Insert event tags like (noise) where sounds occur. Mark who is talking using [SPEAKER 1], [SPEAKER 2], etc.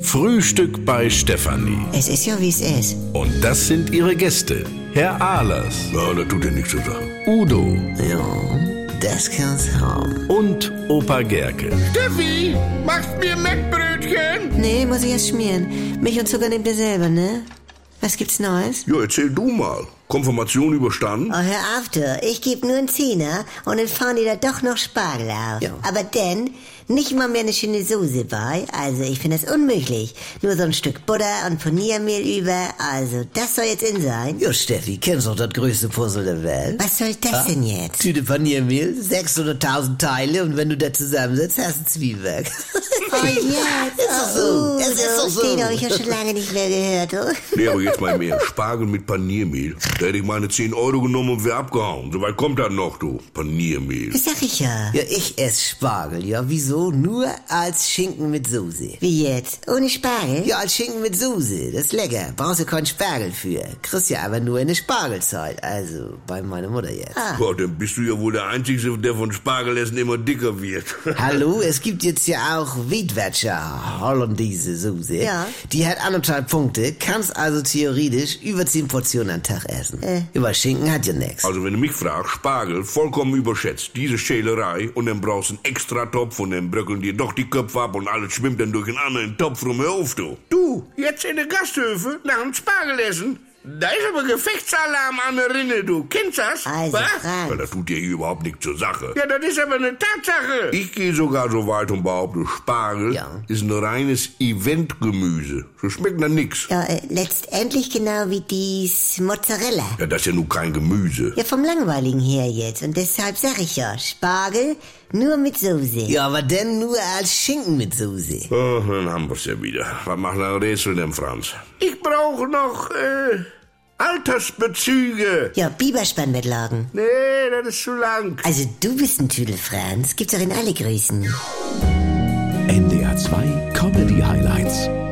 [SPEAKER 1] Frühstück bei Stefanie.
[SPEAKER 2] Es ist ja, wie es ist.
[SPEAKER 1] Und das sind ihre Gäste. Herr Ahlers,
[SPEAKER 3] Ja, das tut dir nichts zu sagen.
[SPEAKER 1] Udo
[SPEAKER 2] Ja, das kann's haben.
[SPEAKER 1] und Opa Gerke.
[SPEAKER 4] Steffi, machst mir Mettbrötchen?
[SPEAKER 2] Nee, muss ich erst schmieren. Milch und Zucker nehmt ihr selber, ne? Was gibt's Neues?
[SPEAKER 3] Ja, erzähl du mal. Konfirmation überstanden?
[SPEAKER 5] Oh, hör auf, du. Ich geb nur einen Zehner und dann fahren die da doch noch Spargel auf.
[SPEAKER 2] Ja.
[SPEAKER 5] Aber dann nicht mal mehr eine schöne Soße bei. Also, ich finde das unmöglich. Nur so ein Stück Butter und Paniermehl über. Also, das soll jetzt in sein.
[SPEAKER 6] Jo, Steffi, kennst doch das größte Puzzle der Welt.
[SPEAKER 5] Was soll das denn jetzt?
[SPEAKER 6] Tüte Paniermehl, 600.000 Teile und wenn du das zusammensetzt, hast du
[SPEAKER 5] (laughs)
[SPEAKER 6] ein Zwiebelwerk.
[SPEAKER 5] Oh, (laughs) jetzt.
[SPEAKER 6] Ist doch so.
[SPEAKER 5] Oh,
[SPEAKER 6] Es ist doch so.
[SPEAKER 5] Den hab ich ja (laughs) schon lange nicht mehr gehört, du.
[SPEAKER 3] Nee, aber jetzt mal mehr. Spargel mit Paniermehl. Da hätte ich meine 10 Euro genommen und wär abgehauen. So weit kommt das noch, du. Paniermehl.
[SPEAKER 5] Das sag ich ja.
[SPEAKER 6] Ja, ich esse Spargel, ja, wieso? Nur als Schinken mit Soße.
[SPEAKER 5] Wie jetzt? Ohne Spargel?
[SPEAKER 6] Ja, als Schinken mit Soße, das ist lecker. Brauchst du keinen Spargel für. Kriegst ja aber nur in der Spargelzeit, also bei meiner Mutter jetzt.
[SPEAKER 5] Ah.
[SPEAKER 3] Boah, dann bist du ja wohl der Einzige, der von Spargelessen immer dicker wird. (laughs)
[SPEAKER 6] Hallo, es gibt jetzt ja auch Wiedwetscher Hollandaise Soße.
[SPEAKER 5] Ja.
[SPEAKER 6] Die hat anderthalb Punkte, kannst also theoretisch über zehn Portionen am Tag essen.
[SPEAKER 5] Äh.
[SPEAKER 6] Über Schinken hat ja nichts.
[SPEAKER 3] Also, wenn du mich fragst, Spargel, vollkommen überschätzt. Diese Schälerei und dann brauchst du einen extra Topf und dann bröckeln dir doch die Köpfe ab und alles schwimmt dann durch einen anderen Topf rum. Hör auf, du.
[SPEAKER 4] Du, jetzt in der Gasthöfe nach dem Spargelessen. Da ist aber Gefechtsalarm an der Rinne, du. Kennst das?
[SPEAKER 5] Also,
[SPEAKER 4] Was?
[SPEAKER 3] Ja,
[SPEAKER 5] Frank.
[SPEAKER 3] das tut dir hier überhaupt nichts zur Sache.
[SPEAKER 4] Ja, das ist aber eine Tatsache.
[SPEAKER 3] Ich gehe sogar so weit und behaupte, Spargel
[SPEAKER 6] Ja.
[SPEAKER 3] ist ein reines Eventgemüse. So schmeckt dann nix.
[SPEAKER 5] Ja, äh, letztendlich genau wie dies Mozzarella.
[SPEAKER 3] Ja, das ist ja nun kein Gemüse.
[SPEAKER 5] Ja, vom Langweiligen her jetzt. Und deshalb sag ich ja, Spargel nur mit Soße.
[SPEAKER 6] Ja, aber denn nur als Schinken mit Soße.
[SPEAKER 3] Oh, dann haben wir's ja wieder. Was macht ein Rätsel denn, Franz?
[SPEAKER 4] Ich brauche noch, äh, Altersbezüge.
[SPEAKER 5] Ja, Biberspann mit Lagen.
[SPEAKER 4] Nee, das ist zu lang.
[SPEAKER 5] Also du bist ein Tüdel, Franz. Gibt's doch in alle Größen.
[SPEAKER 7] NDR 2 Comedy Highlights.